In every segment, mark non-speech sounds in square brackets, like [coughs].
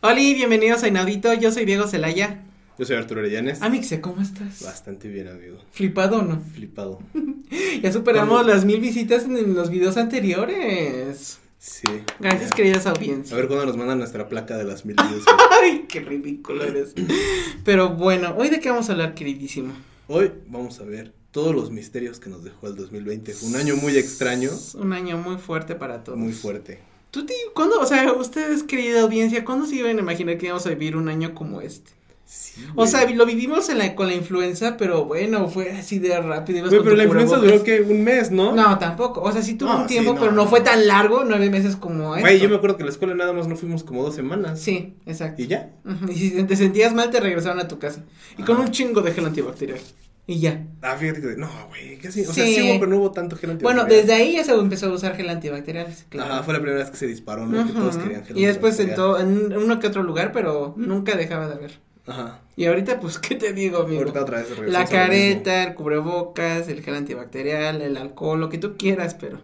Hola y bienvenidos a Inaudito, yo soy Diego Celaya. Yo soy Arturo Arellanes. Amixe, ¿cómo estás? Bastante bien, amigo. ¿Flipado o no? Flipado. [laughs] Ya superamos ¿Cómo? las mil visitas en, en los videos anteriores. Sí. Gracias, Ya. queridas A audiencias. ver cuándo nos mandan nuestra placa de las mil views. [laughs] Ay, qué ridículo eres. [clears throat] Pero bueno, ¿hoy de qué vamos a hablar, queridísimo? Hoy vamos a ver todos los misterios que nos dejó el 2020. Un año muy extraño, Un año muy fuerte para todos. muy fuerte. ¿Tú te, cuándo, o sea, ustedes, querida audiencia, cuándo se iban a imaginar que íbamos a vivir un año como este? Sí, O güey. sea, lo vivimos en la, con la influenza, pero bueno, fue así de rápido. ibas Güey, con pero tu la influenza cubrebocas. duró que un mes, ¿no? No, tampoco. O sea, sí tuvo No, un sí, tiempo, no, pero no no. fue tan largo, nueve meses como esto. Güey, yo me acuerdo que en la escuela nada más no fuimos como dos semanas. Sí, exacto. Y ya. Ujú, Y si te- te sentías mal, te regresaron a tu casa. Y con Ajá. un chingo de gel antibacterial. Y ya. Ah, fíjate que no, güey, casi. O sea, Sí. sí hubo, pero no hubo tanto gel Bueno, antibacterial. desde ahí ya se empezó a usar gel antibacterial. sí, claro. Ajá, fue la primera vez que se disparó, ¿no? Que Ujú. todos querían gel Y después en, antibacterial. todo, en uno que otro lugar, pero nunca dejaba de haber. Ajá. Y ahorita, pues, [laughs] ¿qué te digo, amigo? Ahorita otra vez regresamos La a lo mismo. careta, el cubrebocas, el gel antibacterial, el alcohol, lo que tú quieras, pero.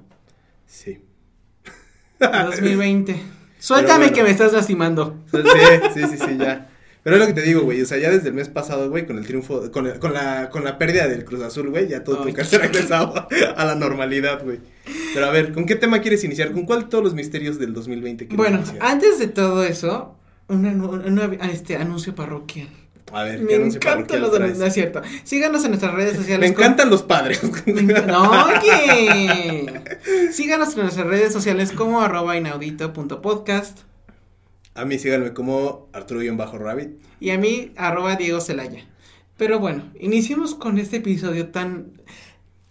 Sí. [laughs] 2020. Suéltame bueno. que me estás lastimando. Sí, sí, sí, sí, ya. Pero es lo que te digo, güey. O sea, ya desde el mes pasado, güey, con el triunfo, con, el- con la, con la pérdida del Cruz Azul, güey, ya todo Ay. tu se regresaba a la normalidad, güey. Pero a ver, ¿con qué tema quieres iniciar? ¿Con cuál todos los misterios del 2020 quieres Bueno, ah, iniciar? antes de todo eso, un, anu- un avi- ah, este anuncio parroquial. a ver, Me ¿qué anuncio encantan parroquial los traes? anuncios, no es cierto. Síganos en nuestras redes Me sociales. con- encantan los padres. [laughs] Me [laughs] enca- No, oye. Síganos en nuestras redes sociales como arroba inaudito.podcast A mí síganme como Arturo-Rabbit. y a mí arroba Diego Celaya. Pero bueno, iniciemos con este episodio tan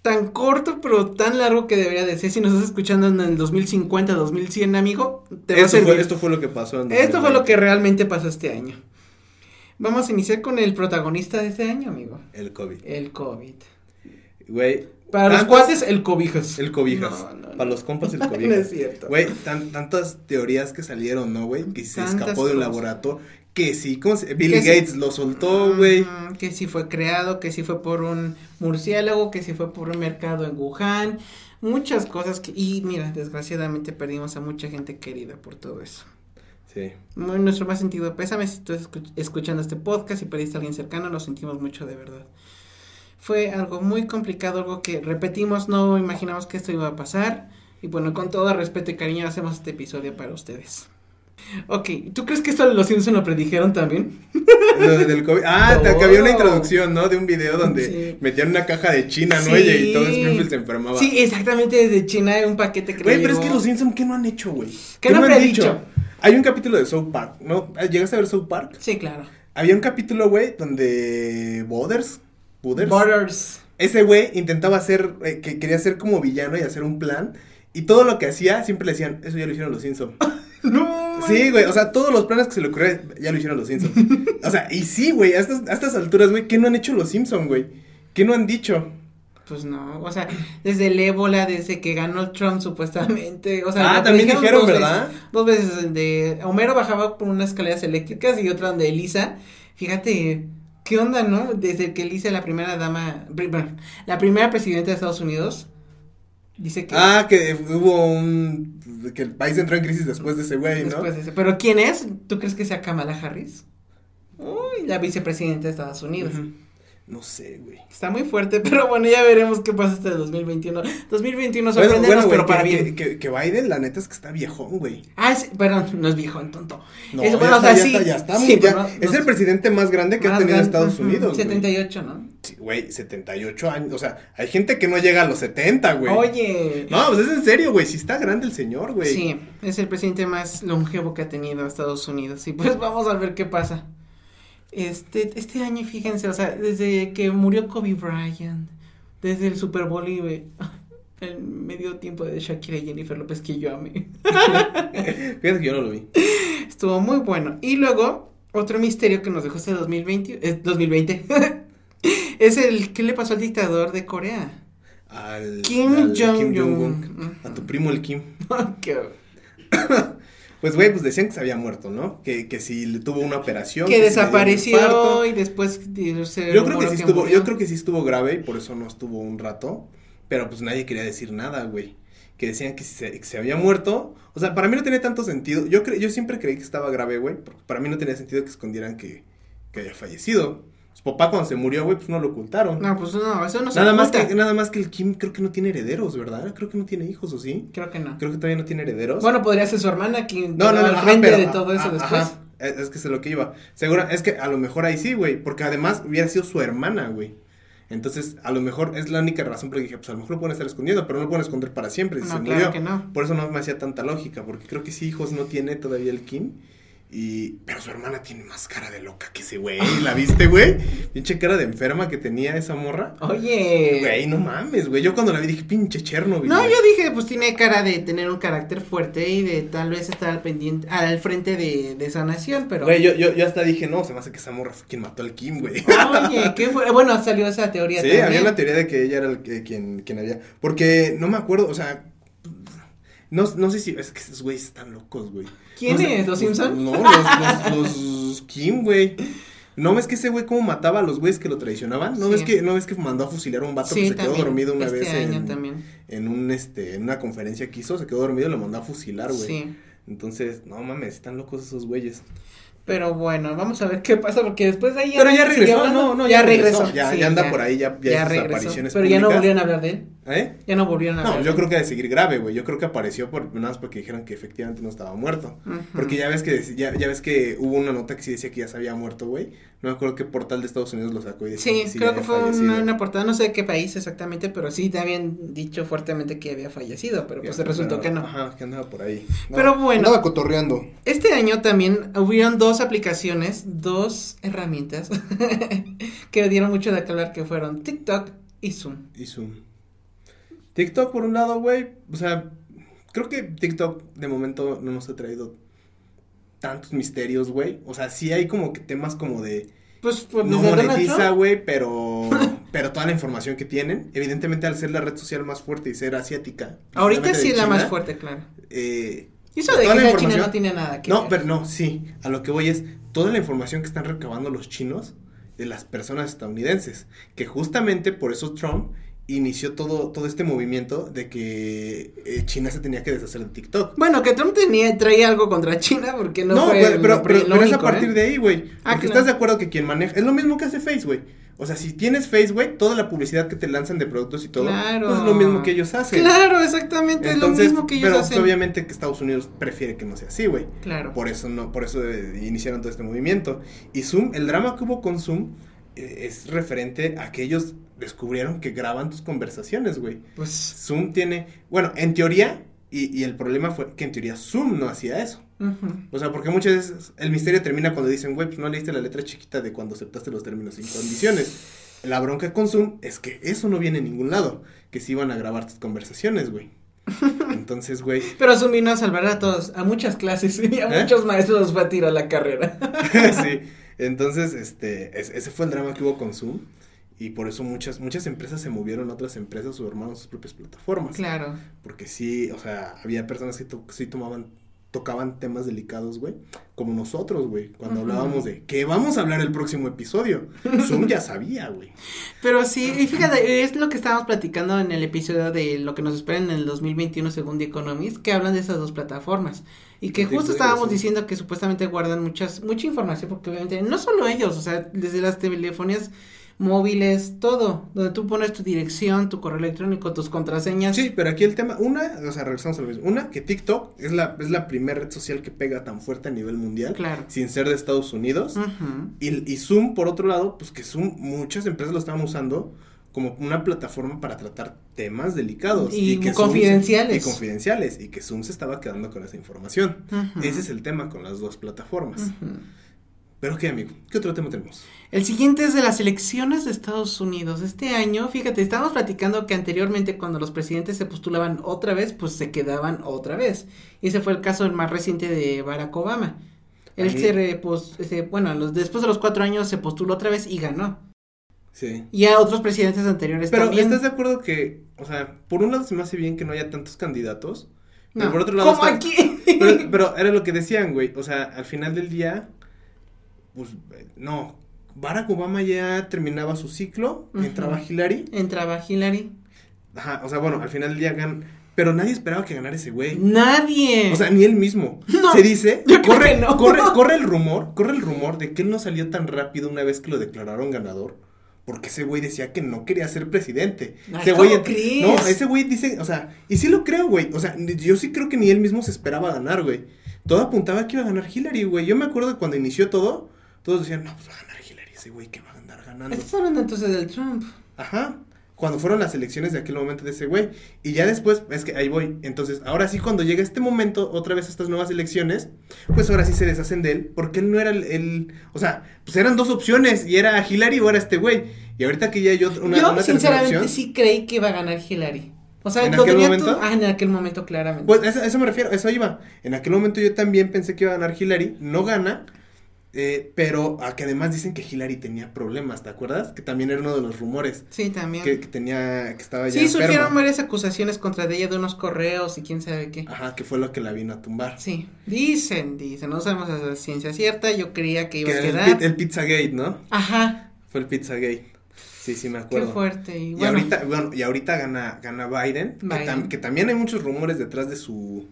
tan corto pero tan largo que debería de ser. Si nos estás escuchando en el 2050, 2100, amigo, te va a Esto fue, servir. esto fue lo que pasó. en Esto fue 2020. lo que realmente pasó este año. Vamos a iniciar con el protagonista de este año, amigo. El COVID. El COVID. Güey. Para los tantas- cuates, el cobijas. El cobijas. No, no, no. Para los compas, [laughs] el No cobijas. es cierto. Güey, tan- tantas teorías que salieron, ¿no, güey? Que se Tantas escapó de un cosas. laboratorio. Que sí, ¿cómo se- Bill Que sí. Gates lo soltó, güey. Ujú, Que si fue creado, que si fue por un murciélago, que si fue por un mercado en Wuhan. Muchas cosas que. Y mira, desgraciadamente perdimos a mucha gente querida por todo eso. Sí. Muy- Nuestro más sentido pésame si estás escu- escuchando este podcast y perdiste a alguien cercano, lo sentimos mucho de verdad. Fue algo muy complicado, algo que repetimos, no imaginamos que esto iba a pasar. Y bueno, con todo respeto y cariño hacemos este episodio para ustedes. Ok, ¿tú crees que esto los Simpson lo predijeron también? Lo del COVID. Ah, No. te- que había una introducción, ¿no? De un video donde Sí. metían una caja de China, ¿no? Sí. Y todo Springfield se enfermaba. Sí, exactamente desde China hay un paquete que le Güey, pero es llegó. que los Simpson, ¿qué no han hecho, güey? ¿Qué no han han predicho? Hay un capítulo de South Park, ¿no? ¿Llegaste a ver South Park? Sí, claro. Había un capítulo, güey, donde Butters. Butters. Borders. Ese güey intentaba hacer, eh, que quería ser como villano y hacer un plan. Y todo lo que hacía, siempre le decían, eso ya lo hicieron los Simpsons. [laughs] No. Sí, güey, o sea, todos los planes que se le ocurrieron, ya lo hicieron los Simpsons. O sea, y sí, güey, a estas, a estas alturas, güey, ¿qué no han hecho los Simpsons, güey? ¿Qué no han dicho? Pues no, o sea, desde el ébola, desde que ganó Trump supuestamente, o sea, Ah, lo también dijeron, dos ¿verdad? veces, dos veces, donde Homero bajaba por unas escaleras eléctricas y otra donde Elisa, fíjate, ¿qué onda, no? Desde que Elisa, la primera dama, pri- bueno, la primera presidenta de Estados Unidos, dice que Ah, que hubo un... que el país entró en crisis después de ese güey, ¿no? después de ese- pero ¿quién es? ¿Tú crees que sea Kamala Harris? Uy, la vicepresidenta de Estados Unidos. Ujú. No sé, güey. Está muy fuerte, [laughs] pero bueno, ya veremos qué pasa este 2021. 2021 Bueno, sorpréndenos, bueno, güey, pero para que- bien. que, que- que Biden, la neta es que está viejón, güey. Ah, es- perdón, [laughs] no es viejo, en tonto. No, Es- ya, bueno, o está, sea, ya sí, está, ya está, sí, muy- pero ya- no- es no- el presidente más grande que ha Más tenido grande, Estados ujú, Unidos, güey. 78, ¿no? Sí, güey, 78 años. O sea, hay gente que no llega a los 70, güey. Oye. No, pues es en serio, güey. Sí está grande el señor, güey. Sí, es el presidente más longevo que ha tenido Estados Unidos. Y pues [laughs] vamos a ver qué pasa. Este, este año, fíjense, o sea, desde que murió Kobe Bryant, desde el Super Bowl y eh, [laughs] el medio tiempo de Shakira y Jennifer López que yo amé. Fíjate que yo no lo vi. Estuvo muy bueno. Y luego, otro misterio que nos dejó este 2020, eh, 2020 [laughs] es el ¿qué le pasó al dictador de Corea? Al Kim al Jong-un. Mm. [laughs] Jong-un, A tu primo el Kim. que, Pues, güey, pues decían que se había muerto, ¿no? Que, que si le tuvo una operación. que si le dio un infarto. desapareció y después di- se Yo creo que rumoró sí estuvo, murió. yo creo que sí estuvo grave y por eso no estuvo un rato. Pero pues nadie quería decir nada, güey. que decían que se, que se había muerto. O sea, para mí no tenía tanto sentido. Yo, cre- yo siempre creí que estaba grave, güey, porque para mí no tenía sentido que escondieran que, que había fallecido. Su papá cuando se murió, güey, pues no lo ocultaron. No, pues no, eso no se nada, más oculta. que, nada más que el Kim creo que no tiene herederos, ¿verdad? Creo que no tiene hijos, ¿o sí? Creo que no. Creo que todavía no tiene herederos. Bueno, podría ser su hermana quien No, no, no, al ajá, frente pero- de todo eso ajá, después. ajá. Es, es que es lo que iba. Segura, es que a lo mejor ahí sí, güey. Porque además hubiera sido su hermana, güey. Entonces, a lo mejor es la única razón por la que dije, pues a lo mejor lo pueden estar escondiendo, pero no lo pueden esconder para siempre. Si pues se no, claro murió. que no. Por eso no me hacía tanta lógica, porque creo que sí, hijos no tiene todavía el Kim. Y... Pero su hermana tiene más cara de loca que ese güey. [laughs] ¿La viste, güey? Pinche cara de enferma que tenía esa morra. Oye. Güey, no mames, güey. Yo cuando la vi dije, pinche Chernobyl. Eh, No, güey". yo dije, pues tiene cara de tener un carácter fuerte y de tal vez estar al pendiente, al frente de, de sanación, pero. Güey, yo, yo, yo hasta dije, no, se me hace que esa morra fue quien mató al Kim, güey. Oye, qué fue- bueno, salió esa teoría Sí, también. había la teoría de que ella era el que, quien, quien había. Porque no me acuerdo, o sea. No, no sé si. Es que esos güeyes están locos, güey. ¿Quién No sé, es? ¿Los Simpson? No, los, los, los Kim, güey. No ves que ese güey cómo mataba a los güeyes que lo traicionaban. No Sí. ves que, no ves que mandó a fusilar a un vato sí, que se también. quedó dormido una este vez año en, también. en un este, en una conferencia que hizo, se quedó dormido y lo mandó a fusilar, güey. Sí. Entonces, no mames, están locos esos güeyes. Pero bueno, vamos a ver qué pasa porque después de ahí. Pero ya siguió regresó, hablando. no, no, ya, ya regresó, regresó. ya- sí, ya anda por ahí, ya- ya hizo sus regresó, apariciones Pero ya no públicas. volvieron a hablar de él. ¿Eh? Ya no volvieron a hablar. No, yo creo que ha de seguir grave, güey. Yo creo que apareció por, nada más porque dijeron que efectivamente no estaba muerto. Porque ya ves que dec- ya, ya ves que hubo una nota que sí decía que ya se había muerto, güey. No me acuerdo qué portal de Estados Unidos lo sacó y decía Sí, creo ya que había fue fallecido. una, una portada, no sé de qué país exactamente, pero sí te habían dicho fuertemente que había fallecido, pero pues Ya, resultó pero- que no. Ajá, que andaba por ahí. Pero bueno. Andaba cotorreando. Este año también hubieron dos aplicaciones, dos herramientas [laughs] que dieron mucho de qué hablar que fueron TikTok y Zoom. Y Zoom. TikTok, por un lado, güey. O sea, creo que TikTok de momento no nos ha traído tantos misterios, güey. O sea, sí hay como que temas como de. Pues, pues no desde Donald monetiza, Trump. [laughs] güey, pero, pero toda la información que tienen, evidentemente al ser la red social más fuerte y ser asiática. Ahorita principalmente sí de es la más China, fuerte, claro. eh, Y eso Pues de que toda la sea China información- no tiene nada que no, ver. pero no, sí, a lo que voy es toda la información que están recabando los chinos de las personas estadounidenses, que justamente por eso Trump inició todo, todo este movimiento de que eh, China se tenía que deshacer de TikTok. Bueno, que Trump tenía, traía algo contra China porque no, No, fue güey, lo pero, pri- pero, lo pero es a único, ¿eh? partir de ahí, güey. Ah, porque claro. estás de acuerdo que quien maneja. Es lo mismo que hace Face, güey. O sea, si tienes Face, güey, toda la publicidad que te lanzan de productos y todo. Claro. Pues es lo mismo que ellos hacen. Claro, exactamente, es Entonces, lo mismo que ellos pero pues, hacen. obviamente que Estados Unidos prefiere que no sea así, güey. Claro. Por eso no, por eso eh, iniciaron todo este movimiento. Y Zoom, el drama que hubo con Zoom eh, es referente a que ellos descubrieron que graban tus conversaciones, güey. Pues. Zoom tiene, bueno, en teoría, y, y el problema fue que en teoría Zoom no hacía eso. ujú. O sea, porque muchas veces el misterio termina cuando dicen, güey, pues no leíste la letra chiquita de cuando aceptaste los términos y condiciones. La bronca con Zoom es que eso no viene en ningún lado, que se iban a grabar tus conversaciones, güey. Entonces, güey, [laughs] Pero Zoom vino a salvar a todos, a muchas clases [laughs] y a ¿Eh? muchos maestros los fue a tirar la carrera. sí. Entonces, este, es- ese fue el drama que hubo con Zoom y por eso muchas muchas empresas se movieron a otras empresas o armaron sus propias plataformas. Claro. Porque sí, o sea, había personas que to- sí tomaban, tocaban temas delicados, güey, como nosotros, güey, cuando Ujú. hablábamos de que vamos a hablar el próximo episodio. [laughs] Zoom ya sabía, güey. Pero sí, y fíjate, es lo que estábamos platicando en el episodio de lo que nos espera en el 2021 según The Economist, que hablan de esas dos plataformas. Y que Sí, justo sí, estábamos sí. diciendo que supuestamente guardan muchas, mucha información, porque obviamente no solo ellos, o sea, desde las telefonías móviles, todo, donde tú pones tu dirección, tu correo electrónico, tus contraseñas. Sí, pero aquí el tema, una, o sea, regresamos a lo mismo, una, que TikTok es la, es la primera red social que pega tan fuerte a nivel mundial, Claro. Mm. sin ser de Estados Unidos. Ujú. Y, y Zoom, por otro lado, pues que Zoom, muchas empresas lo estaban usando como una plataforma para tratar temas delicados. Y que Zoom se- confidenciales. y confidenciales. Y que Zoom se estaba quedando con esa información. Ujú. Ese es el tema con las dos plataformas. Ujú. Pero qué, amigo, ¿qué otro tema tenemos? El siguiente es de las elecciones de Estados Unidos. Este año, fíjate, estábamos platicando que anteriormente cuando los presidentes se postulaban otra vez, pues se quedaban otra vez. Y ese fue el caso el más reciente de Barack Obama. Él Ajá. se, repos- se- bueno, a los, después de los cuatro años se postuló otra vez y ganó. Sí. Y a otros presidentes anteriores Pero también. ¿estás de acuerdo que, o sea, por un lado se me hace bien que no haya [laughs] tantos candidatos? pero No, por otro lado como está- aquí. Pero, pero era lo que decían, güey. O sea, al final del día, pues, eh, no. Barack Obama ya terminaba su ciclo, Ujú. entraba Hillary. [laughs] Entraba Hillary. Ajá, o sea, bueno, al final del día gan- Pero nadie esperaba que ganara ese güey. Nadie. [laughs] O sea, ni él mismo. No, Se dice, yo creo corre, que no. corre, corre el rumor, corre el rumor de que él no salió tan rápido una vez que lo declararon ganador. Porque ese güey decía que no quería ser presidente. Ay, ese ¿cómo güey, crees? no, ese güey dice, o sea, y sí lo creo, güey. O sea, ni- yo sí creo que ni él mismo se esperaba ganar, güey. Todo apuntaba que iba a ganar Hillary, güey. Yo me acuerdo cuando inició todo, todos decían, no, pues va a ganar Hillary, ese güey que va a andar ganando. Estás hablando entonces del Trump. Ajá. Cuando fueron las elecciones de aquel momento de ese güey. Y ya después, es que ahí voy. Entonces, ahora sí, cuando llega este momento, otra vez estas nuevas elecciones, pues ahora sí se deshacen de él, porque él no era el. el- o sea, pues eran dos opciones, y era Hillary o era este güey. Y ahorita que ya hay otra, una, yo, una tercera sinceramente, opción. sí creí que iba a ganar Hillary. O sea, ¿En lo aquel tenía momento? todo- Ah, en aquel momento, claramente. Pues a eso, a eso me refiero, a eso iba. En aquel momento yo también pensé que iba a ganar Hillary, no gana. eh, pero a que además dicen que Hillary tenía problemas, ¿te acuerdas? Que también era uno de los rumores. sí, también. Que, que tenía, que estaba ya sí, surgieron enferma. varias acusaciones contra ella de unos correos y quién sabe qué. Ajá, que fue lo que la vino a tumbar. Sí, dicen, dicen, no sabemos a ciencia cierta, yo creía que iba Que a el, quedar. pi- el Pizzagate, ¿no? Ajá, Fue el Pizzagate. Sí, sí, me qué acuerdo. fuerte. Y, Y bueno, ahorita, bueno, y ahorita gana, gana Biden, que Biden. tam- Que, también hay muchos rumores detrás de su,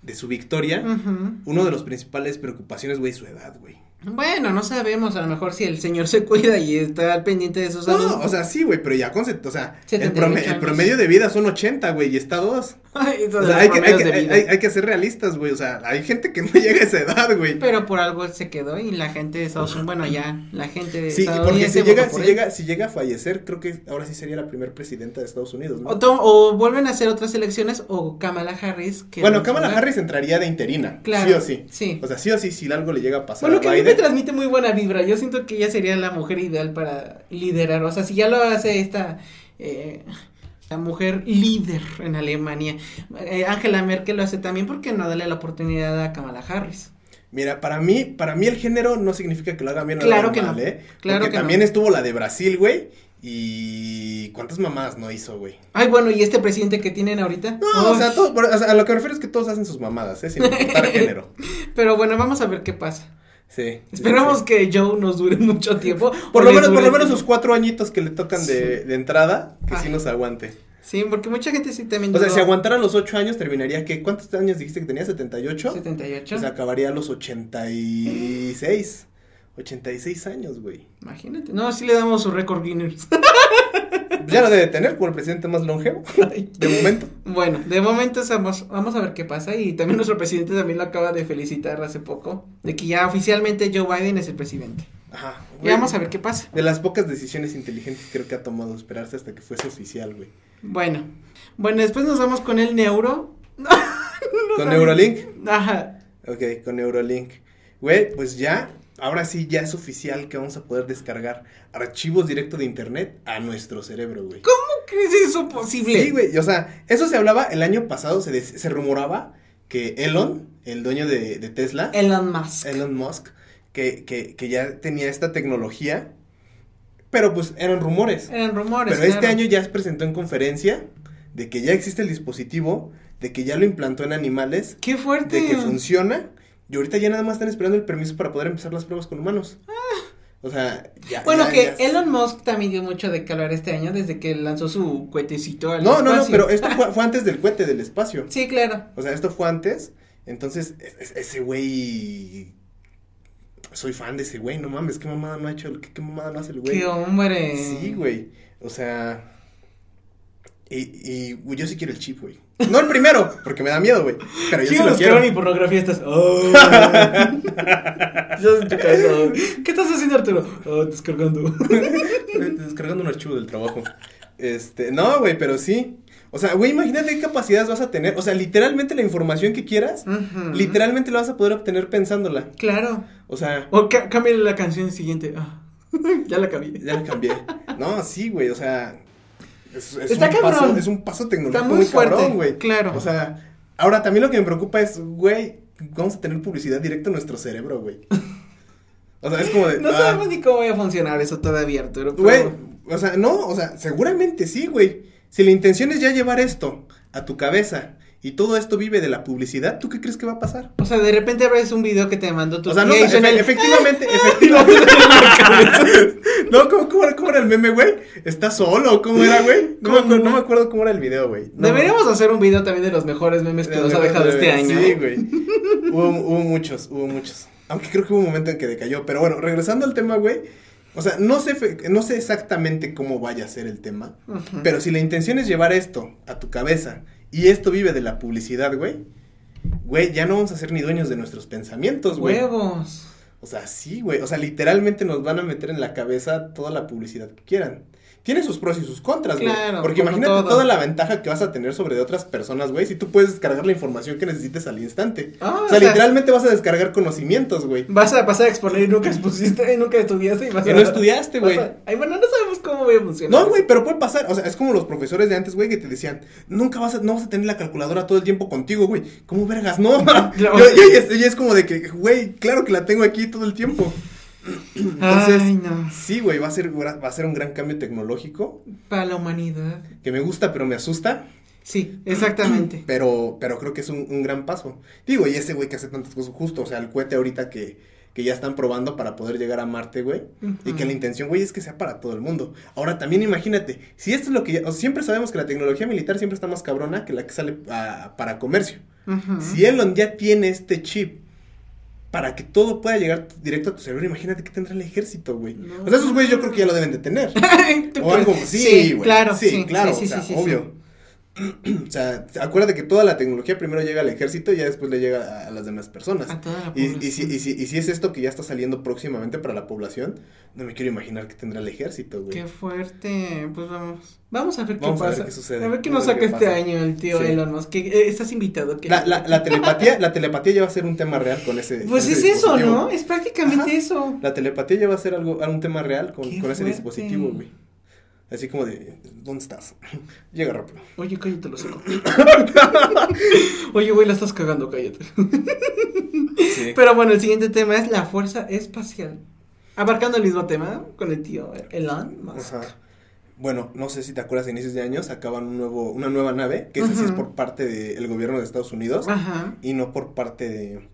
de su victoria. ujú. Uno de los principales preocupaciones, güey, es su edad, güey. Bueno, no sabemos, a lo mejor si el señor se cuida y está al pendiente de sus salud. No, o sea, sí, güey, pero ya con, set- o sea, el, 78 prome- el años. promedio de vida son 80, güey, y está dos. [laughs] Ay, eso O de sea, los hay que, hay, promedios que, de hay, vida. hay- hay que ser realistas, güey, o sea, hay gente que no [laughs] llega a esa edad, güey. Pero por algo él se quedó y la gente de Estados Unidos, bueno, ya, la gente de Sí, y Estados porque Unidos si votó llega, por si él. llega, si llega a fallecer, creo que ahora sí sería la primer presidenta de Estados Unidos, ¿no? O, to- o vuelven a hacer otras elecciones o Kamala Harris. Que Bueno, Kamala Harris entraría de interina. Claro, Sí o sí. sí. O sea, sí o sí, si algo le llega a pasar Bueno, que a a mí me Biden. transmite muy buena vibra. Yo siento que ella sería la mujer ideal para liderar. O sea, si ya lo hace esta. eh, la mujer líder en Alemania. Eh, Angela Merkel lo hace también. ¿Por qué no darle la oportunidad a Kamala Harris? Mira, para mí, para mí el género no significa que lo hagan bien o lo Claro hagan que no. mal, ¿eh? Claro Porque que no. también estuvo la de Brasil, güey. Y cuántas mamadas no hizo, güey. Ay, bueno, ¿y este presidente que tienen ahorita? No, o Uy, sea, todo- pero, o sea, a lo que me refiero es que todos hacen sus mamadas, ¿eh? Sin [laughs] importar género. Pero bueno, vamos a ver qué pasa. Sí. sí, Esperamos sí. que Joe nos dure mucho tiempo. o Por lo les menos, por dure lo menos sus tiempo. cuatro añitos que le tocan de, de entrada, que sí Ay. nos aguante. Sí, porque mucha gente sí también. O sea, duró si aguantara los ocho años, terminaría que, ¿cuántos años dijiste que tenía? ¿78? 78. Pues acabaría a los 86. 86 [laughs] años, güey. Imagínate. No, sí le damos su récord Guinness. [laughs] Ya lo debe tener como el presidente más longevo. De momento. Bueno, de momento estamos, vamos a ver qué pasa y también nuestro presidente también lo acaba de felicitar hace poco, de que ya oficialmente Joe Biden es el presidente. Ajá. Y vamos a ver qué pasa. De las pocas decisiones inteligentes creo que ha tomado esperarse hasta que fuese oficial, güey. Bueno, bueno, después nos vamos con el neuro. Con Neurolink. Ajá. Ok, con Neurolink. Güey, pues ya, ahora sí ya es oficial que vamos a poder descargar archivos directos de internet a nuestro cerebro, güey. ¿Cómo crees eso posible? Sí, güey. y, O sea, eso se hablaba el año pasado, se, des- se rumoraba que Elon, el dueño de, de Tesla. Elon Musk. Elon Musk, que, que, que ya tenía esta tecnología, pero pues eran rumores. Eran rumores. Pero este claro. año ya se presentó en conferencia de que ya existe el dispositivo, de que ya lo implantó en animales, Qué fuerte. de que funciona, y ahorita ya nada más están esperando el permiso para poder empezar las pruebas con humanos. O sea, ya. Ah. Bueno, ya- que ya- Elon Musk también dio mucho de calor este año desde que lanzó su cohetecito al No, no, no, espacio. pero esto fue, fue antes del cohete del espacio. Sí, claro. O sea, esto fue antes. Entonces, es- es- ese güey. Soy fan de ese güey, no mames, qué mamada no ha hecho, qué, qué mamada no hace el güey. Qué hombre. Sí, güey. O sea. Y, y güey, yo sí quiero el chip, güey. No el primero, porque me da miedo, güey. Pero yo sí Quiero lo los quiero. cabrón y pornografía estás. [laughs] Oh. Estás en tu casa. ¿Qué estás haciendo, Arturo? Oh, descargando. Descargando un archivo del trabajo. Este, no, güey, pero sí. O sea, güey, imagínate qué capacidades vas a tener. O sea, literalmente la información que quieras, Mm. literalmente la vas a poder obtener pensándola. Claro. O sea, O ca- cámbiale la canción siguiente. Ah, [laughs] ya la cambié. ya la cambié. No, sí, güey, o sea. Es, es Está un cabrón. Paso, es un paso tecnológico Está muy cabrón, fuerte, güey. claro. O sea, ahora también lo que me preocupa es, güey, vamos a tener publicidad directa en nuestro cerebro, güey. O sea, es como de. No ah, sabemos ni cómo va a funcionar eso todavía, Arturo. pero- Güey, o sea, no, o sea, seguramente sí, güey. Si la intención es ya llevar esto a tu cabeza y todo esto vive de la publicidad, ¿tú qué crees que va a pasar? O sea, de repente abres un video que te mandó tu O sea, no, tía y o sea, suena el- efe- [laughs] efectivamente, efectivamente. no, ¿cómo, cómo, era- cómo era el meme, güey? ¿Estás solo? ¿Cómo era, güey? No, me acuerdo- no me acuerdo cómo era el video, güey. No. Deberíamos hacer un video también de los mejores memes que nos ha dejado este año. Sí, güey. hubo, hubo muchos, hubo muchos. Aunque creo que hubo un momento en que decayó. Pero bueno, regresando al tema, güey. O sea, no sé, fe- no sé exactamente cómo vaya a ser el tema. Ujú. Pero si la intención es llevar esto a tu cabeza y esto vive de la publicidad, güey. Güey, ya no vamos a ser ni dueños de nuestros pensamientos, güey. Huevos. O sea, sí, güey. O sea, literalmente nos van a meter en la cabeza toda la publicidad que quieran. Tiene sus pros y sus contras, güey. Claro, Porque como imagínate todo. toda la ventaja que vas a tener sobre de otras personas, güey, si tú puedes descargar la información que necesites al instante. Ah, o sea, literalmente vas a descargar [laughs] conocimientos, güey. Vas a pasar a exponer y nunca expusiste y nunca estudiaste y vas Que a. no estudiaste, vas güey. a- Ay, bueno, no sabemos cómo voy a funcionar. No, güey, pero puede pasar. O sea, es como los profesores de antes, güey, que te decían, nunca vas a, no vas a tener la calculadora todo el tiempo contigo, güey. ¿Cómo [laughs] vergas? No. [laughs] yo, yo- y es, y es como de que, güey, claro que la tengo aquí todo el tiempo. Entonces, Ay, no. sí, güey, va a ser gra- va a ser un gran cambio tecnológico Para la humanidad. que me gusta, pero me asusta. Sí, [clears throat] exactamente. Pero, pero creo que es un, un gran paso. Digo, y ese güey que hace tantas cosas justo, o sea, el cohete ahorita que, que ya están probando para poder llegar a Marte, güey. Y que la intención, güey, es que sea para todo el mundo. Ahora también imagínate, si esto es lo que... ya- o siempre sabemos que la tecnología militar siempre está más cabrona que la que sale ah, para comercio. Ujú. Si Elon ya tiene este chip para que todo pueda llegar directo a tu cerebro, imagínate que tendrá el ejército, güey. No. O sea, esos güeyes yo creo que ya lo deben de tener. [laughs] ¿Tú O algo, crees? sí, güey. claro. sí, claro, sí, o sea, sí, sí, obvio. [clears throat] O sea, acuérdate que toda la tecnología primero llega al ejército y ya después le llega a, a las demás personas. sí. A toda la Y, y si, población. y, si, y si es esto que ya está saliendo próximamente para la población, no me quiero imaginar que tendrá el ejército, güey. Qué fuerte. Pues vamos. Vamos a ver qué Vamos a pasa. ver qué sucede. A ver qué Vamos nos a ver saca qué este pasa. año el tío Sí. Elon Musk. que, eh, estás invitado. que- La, la, la telepatía, la telepatía ya va a ser un tema real con ese. Pues con es ese eso, dispositivo. ¿no? Es prácticamente Ajá. eso. La telepatía ya va a ser algo, un tema real con, Qué con ese fuerte. dispositivo, güey. Así como de, ¿dónde estás? [laughs] Llega rápido. Oye, cállate los [coughs] ojos. [laughs] Oye, güey, la estás cagando, cállate. Sí. Pero bueno, el siguiente tema es la fuerza espacial. Abarcando el mismo tema con el tío Elon Musk. Ajá. Bueno, no sé si te acuerdas, a inicios de años sacaban un nuevo, una nueva nave, que esa sí es Ujú. Ah. por parte del gobierno de Estados Unidos Ajá. y no por parte de,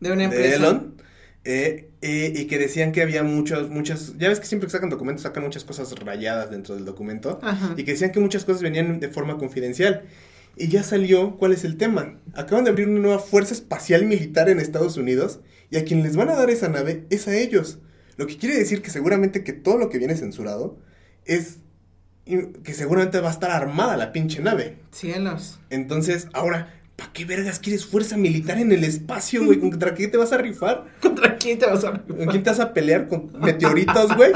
De una de empresa. Elon. eh, eh, y que decían que había muchas, muchas, ya ves que siempre que sacan documentos sacan muchas cosas rayadas dentro del documento. Ajá. Y que decían que muchas cosas venían de forma confidencial. Y ya salió cuál es el tema. Acaban de abrir una nueva fuerza espacial militar en Estados Unidos y a quien les van a dar esa nave es a ellos. Lo que quiere decir que seguramente que todo lo que viene censurado es y- que seguramente va a estar armada la pinche nave. Cielos. [laughs] Entonces, ahora, ¿para qué vergas quieres fuerza militar en el espacio, güey? ¿Contra qué te vas a rifar? ¿Contra quién te vas a rifar? ¿Con quién te vas a pelear? ¿Con meteoritos, güey?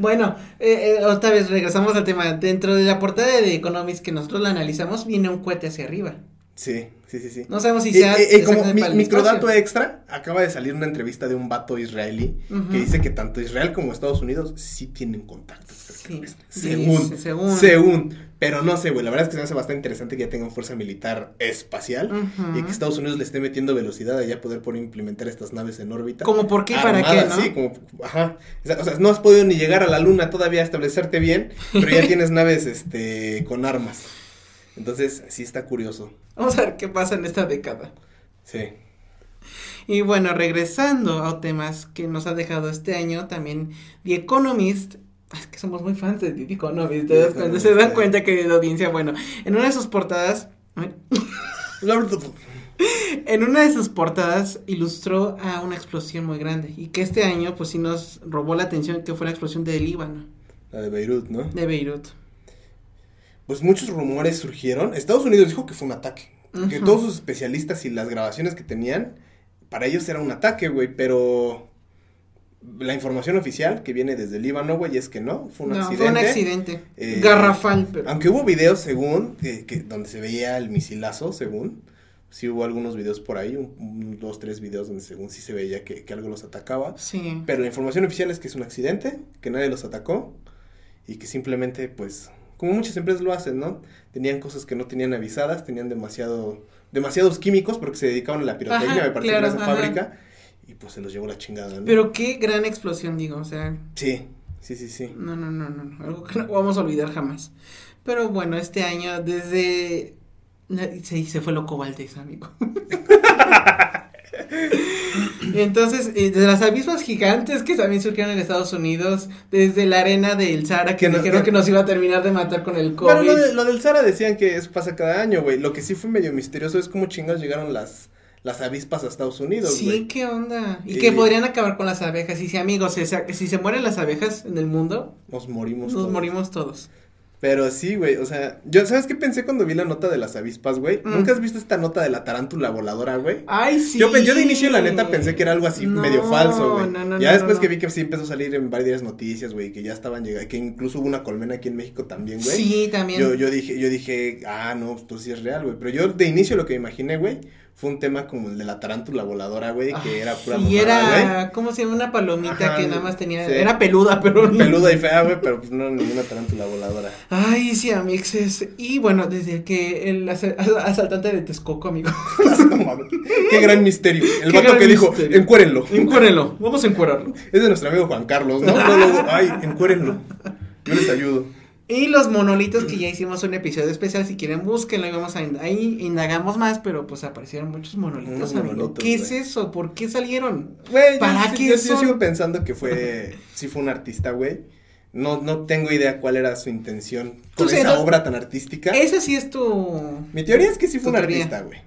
Bueno, eh, eh, otra vez regresamos al tema. Dentro de la portada de Economics que nosotros la analizamos, viene un cohete hacia arriba. Sí, sí, sí, sí. No sabemos si Y, sea. y- y como exactamente mi- para el microdato espacio. extra, acaba de salir una entrevista de un vato israelí Ujú. que dice que tanto Israel como Estados Unidos sí tienen contactos. Sí, cercanos. dice, según, según. según, pero no sé, güey, la verdad es que se me hace bastante interesante que ya tengan fuerza militar espacial Ujú. y que Estados Unidos le esté metiendo velocidad a ya poder por implementar estas naves en órbita. Como por qué y para qué, Armadas, ¿no? Sí, como, ajá. O sea, o sea, no has podido ni llegar a la luna todavía a establecerte bien, pero [laughs] ya tienes naves este con armas. Entonces, sí está curioso. Vamos a ver qué pasa en esta década. Sí. Y bueno, regresando a temas que nos ha dejado este año, también The Economist. Es que somos muy fans de The Economist. ¿te The das cuenta? Economist, Se dan sí. cuenta, querida audiencia. Bueno, en una de sus portadas. ay, En una de sus portadas ilustró a una explosión muy grande. Y que este año, pues sí nos robó la atención, que fue la explosión de Líbano, La de Beirut, ¿no? de Beirut. Pues muchos rumores surgieron. Estados Unidos dijo que fue un ataque. Que Ujú. todos sus especialistas y las grabaciones que tenían, para ellos era un ataque, güey. Pero la información oficial que viene desde Líbano, güey, es que no, fue un no, accidente. fue un accidente. Eh, Garrafal, pero. Aunque hubo videos, según, que, que- donde se veía el misilazo, según. Sí hubo algunos videos por ahí, un, un- dos, tres videos donde según sí se veía que, que algo los atacaba. Sí. Pero la información oficial es que es un accidente, que nadie los atacó y que simplemente, pues, como muchas empresas lo hacen, ¿no? Tenían cosas que no tenían avisadas, tenían demasiado, demasiados químicos porque se dedicaban a la pirotecnia, Ajá, me parece, que era claro, esa ajá. fábrica y pues se los llevó la chingada, ¿no? Pero qué gran explosión, digo. O sea, Sí, sí, sí, sí. No, no, no, no, no, algo que no vamos a olvidar jamás. Pero bueno, este año, desde Se, se fue loco Valdés, amigo. [laughs] Entonces, eh, de las abismos gigantes que también surgieron en Estados Unidos, desde la arena del Sahara, que Que no- dijeron que- que nos iba a terminar de matar con el COVID. Pero lo, de- lo del Sara decían que eso pasa cada año, güey. Lo que sí fue medio misterioso es cómo chingados llegaron las, las avispas a Estados Unidos, Sí, güey. Eh, qué onda. Y Y- que podrían acabar con las abejas. Y si, amigos, se sa- si se mueren las abejas en el mundo, Nos morimos. nos todos. morimos todos. Pero sí, güey. O sea, yo, ¿sabes qué pensé cuando vi la nota de las avispas, güey? Mm. ¿Nunca has visto esta nota de la tarántula voladora, güey? Ay, sí. Yo, pe- yo de inicio, la neta, pensé que era algo así No, medio falso, güey. no, no, ya no, después no, que no. vi que sí empezó a salir en varias noticias, güey, que ya estaban llegando, que incluso hubo una colmena aquí en México también, güey. Sí, también. Yo, yo dije, yo dije, ah, no, pues sí es real, güey. Pero yo de inicio lo que me imaginé, güey, fue un tema como el de la tarántula voladora, güey, Ah, que era pura sí, mamada, era, ¿cómo se llama? Una palomita Ajá, que nada más tenía, sí. era peluda, pero güey. no- Peluda y fea, güey, pero pues no ninguna tarántula voladora. Ay, sí, amixes. Y bueno, desde que el asa- asaltante de Texcoco, amigo. [laughs] [laughs] Qué gran misterio. El Qué vato gran que dijo, misterio. encuérenlo. Encuérelo, vamos a encuéralo. Es de nuestro amigo Juan Carlos, ¿no? No, luego, Ay, encuérenlo. Yo les ayudo. Y los monolitos que ya hicimos un episodio especial, si quieren búsquenlo y vamos a ind- ahí indagamos más, pero pues aparecieron muchos monolitos, Unos amigo. monolitos, ¿Qué güey. es eso? ¿Por qué salieron? Güey, yo, ¿Para sí- qué yo sí- yo son? sigo pensando que fue, sí fue un artista, güey. No, no tengo idea cuál era su intención Tú con sé, esa no- obra tan artística. Esa sí es tu Mi teoría es que sí Tu fue un teoría. artista, güey.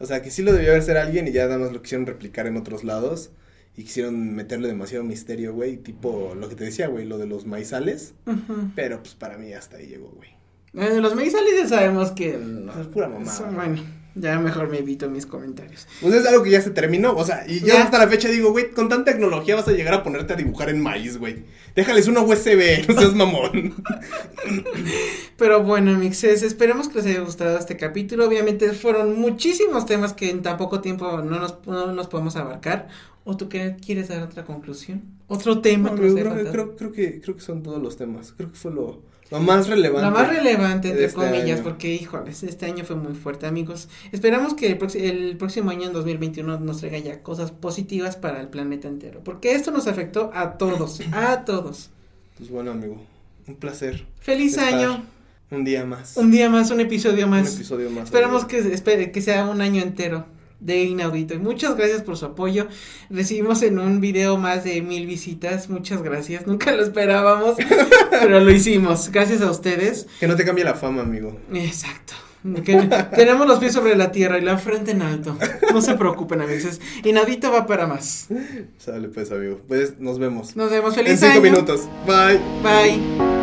O sea, que sí lo debió haber ser alguien y ya nada más lo quisieron replicar en otros lados. Y quisieron meterle demasiado misterio, güey. Tipo lo que te decía, güey, lo de los maizales. Ujú. Pero pues para mí hasta ahí llegó, güey. Eh, de los maizales ya sabemos que no. Es pura mamada. Eso, bueno, ya mejor me evito mis comentarios. Pues es algo que ya se terminó. O sea, y yo Ya. hasta la fecha digo, güey, con tanta tecnología vas a llegar a ponerte a dibujar en maíz, güey. Déjales una USB, [laughs] no seas mamón. Pero bueno, mixes, esperemos que les haya gustado este capítulo. Obviamente fueron muchísimos temas que en tan poco tiempo no nos, no nos podemos abarcar. ¿O tú qué, quieres dar otra conclusión? ¿Otro tema No, que nos creo, haya creo- faltado? creo- creo que, creo que son todos los temas. Creo que fue lo, lo más relevante. La más relevante, entre de este comillas, año. porque, híjoles, este año fue muy fuerte, amigos. Esperamos que el, proxi- el próximo año, en 2021, nos traiga ya cosas positivas para el planeta entero. Porque esto nos afectó a todos, a todos. Pues bueno, amigo, un placer. Feliz Estar año, Un día más. un día más, un episodio Un más. episodio más. Esperamos amigo. que, espere- que sea un año entero de inaudito. Y muchas gracias por su apoyo. Recibimos en un video más de mil visitas. Muchas gracias. [laughs] Nunca lo esperábamos, pero lo hicimos. Gracias a ustedes. Que no te cambie la fama, amigo. Exacto. Que tenemos los pies sobre la tierra y la frente en alto. No se preocupen, amigos. Inaudito va para más. Sale pues, amigo. Pues nos vemos. Nos vemos. Feliz en cinco año. minutos. Bye. Bye.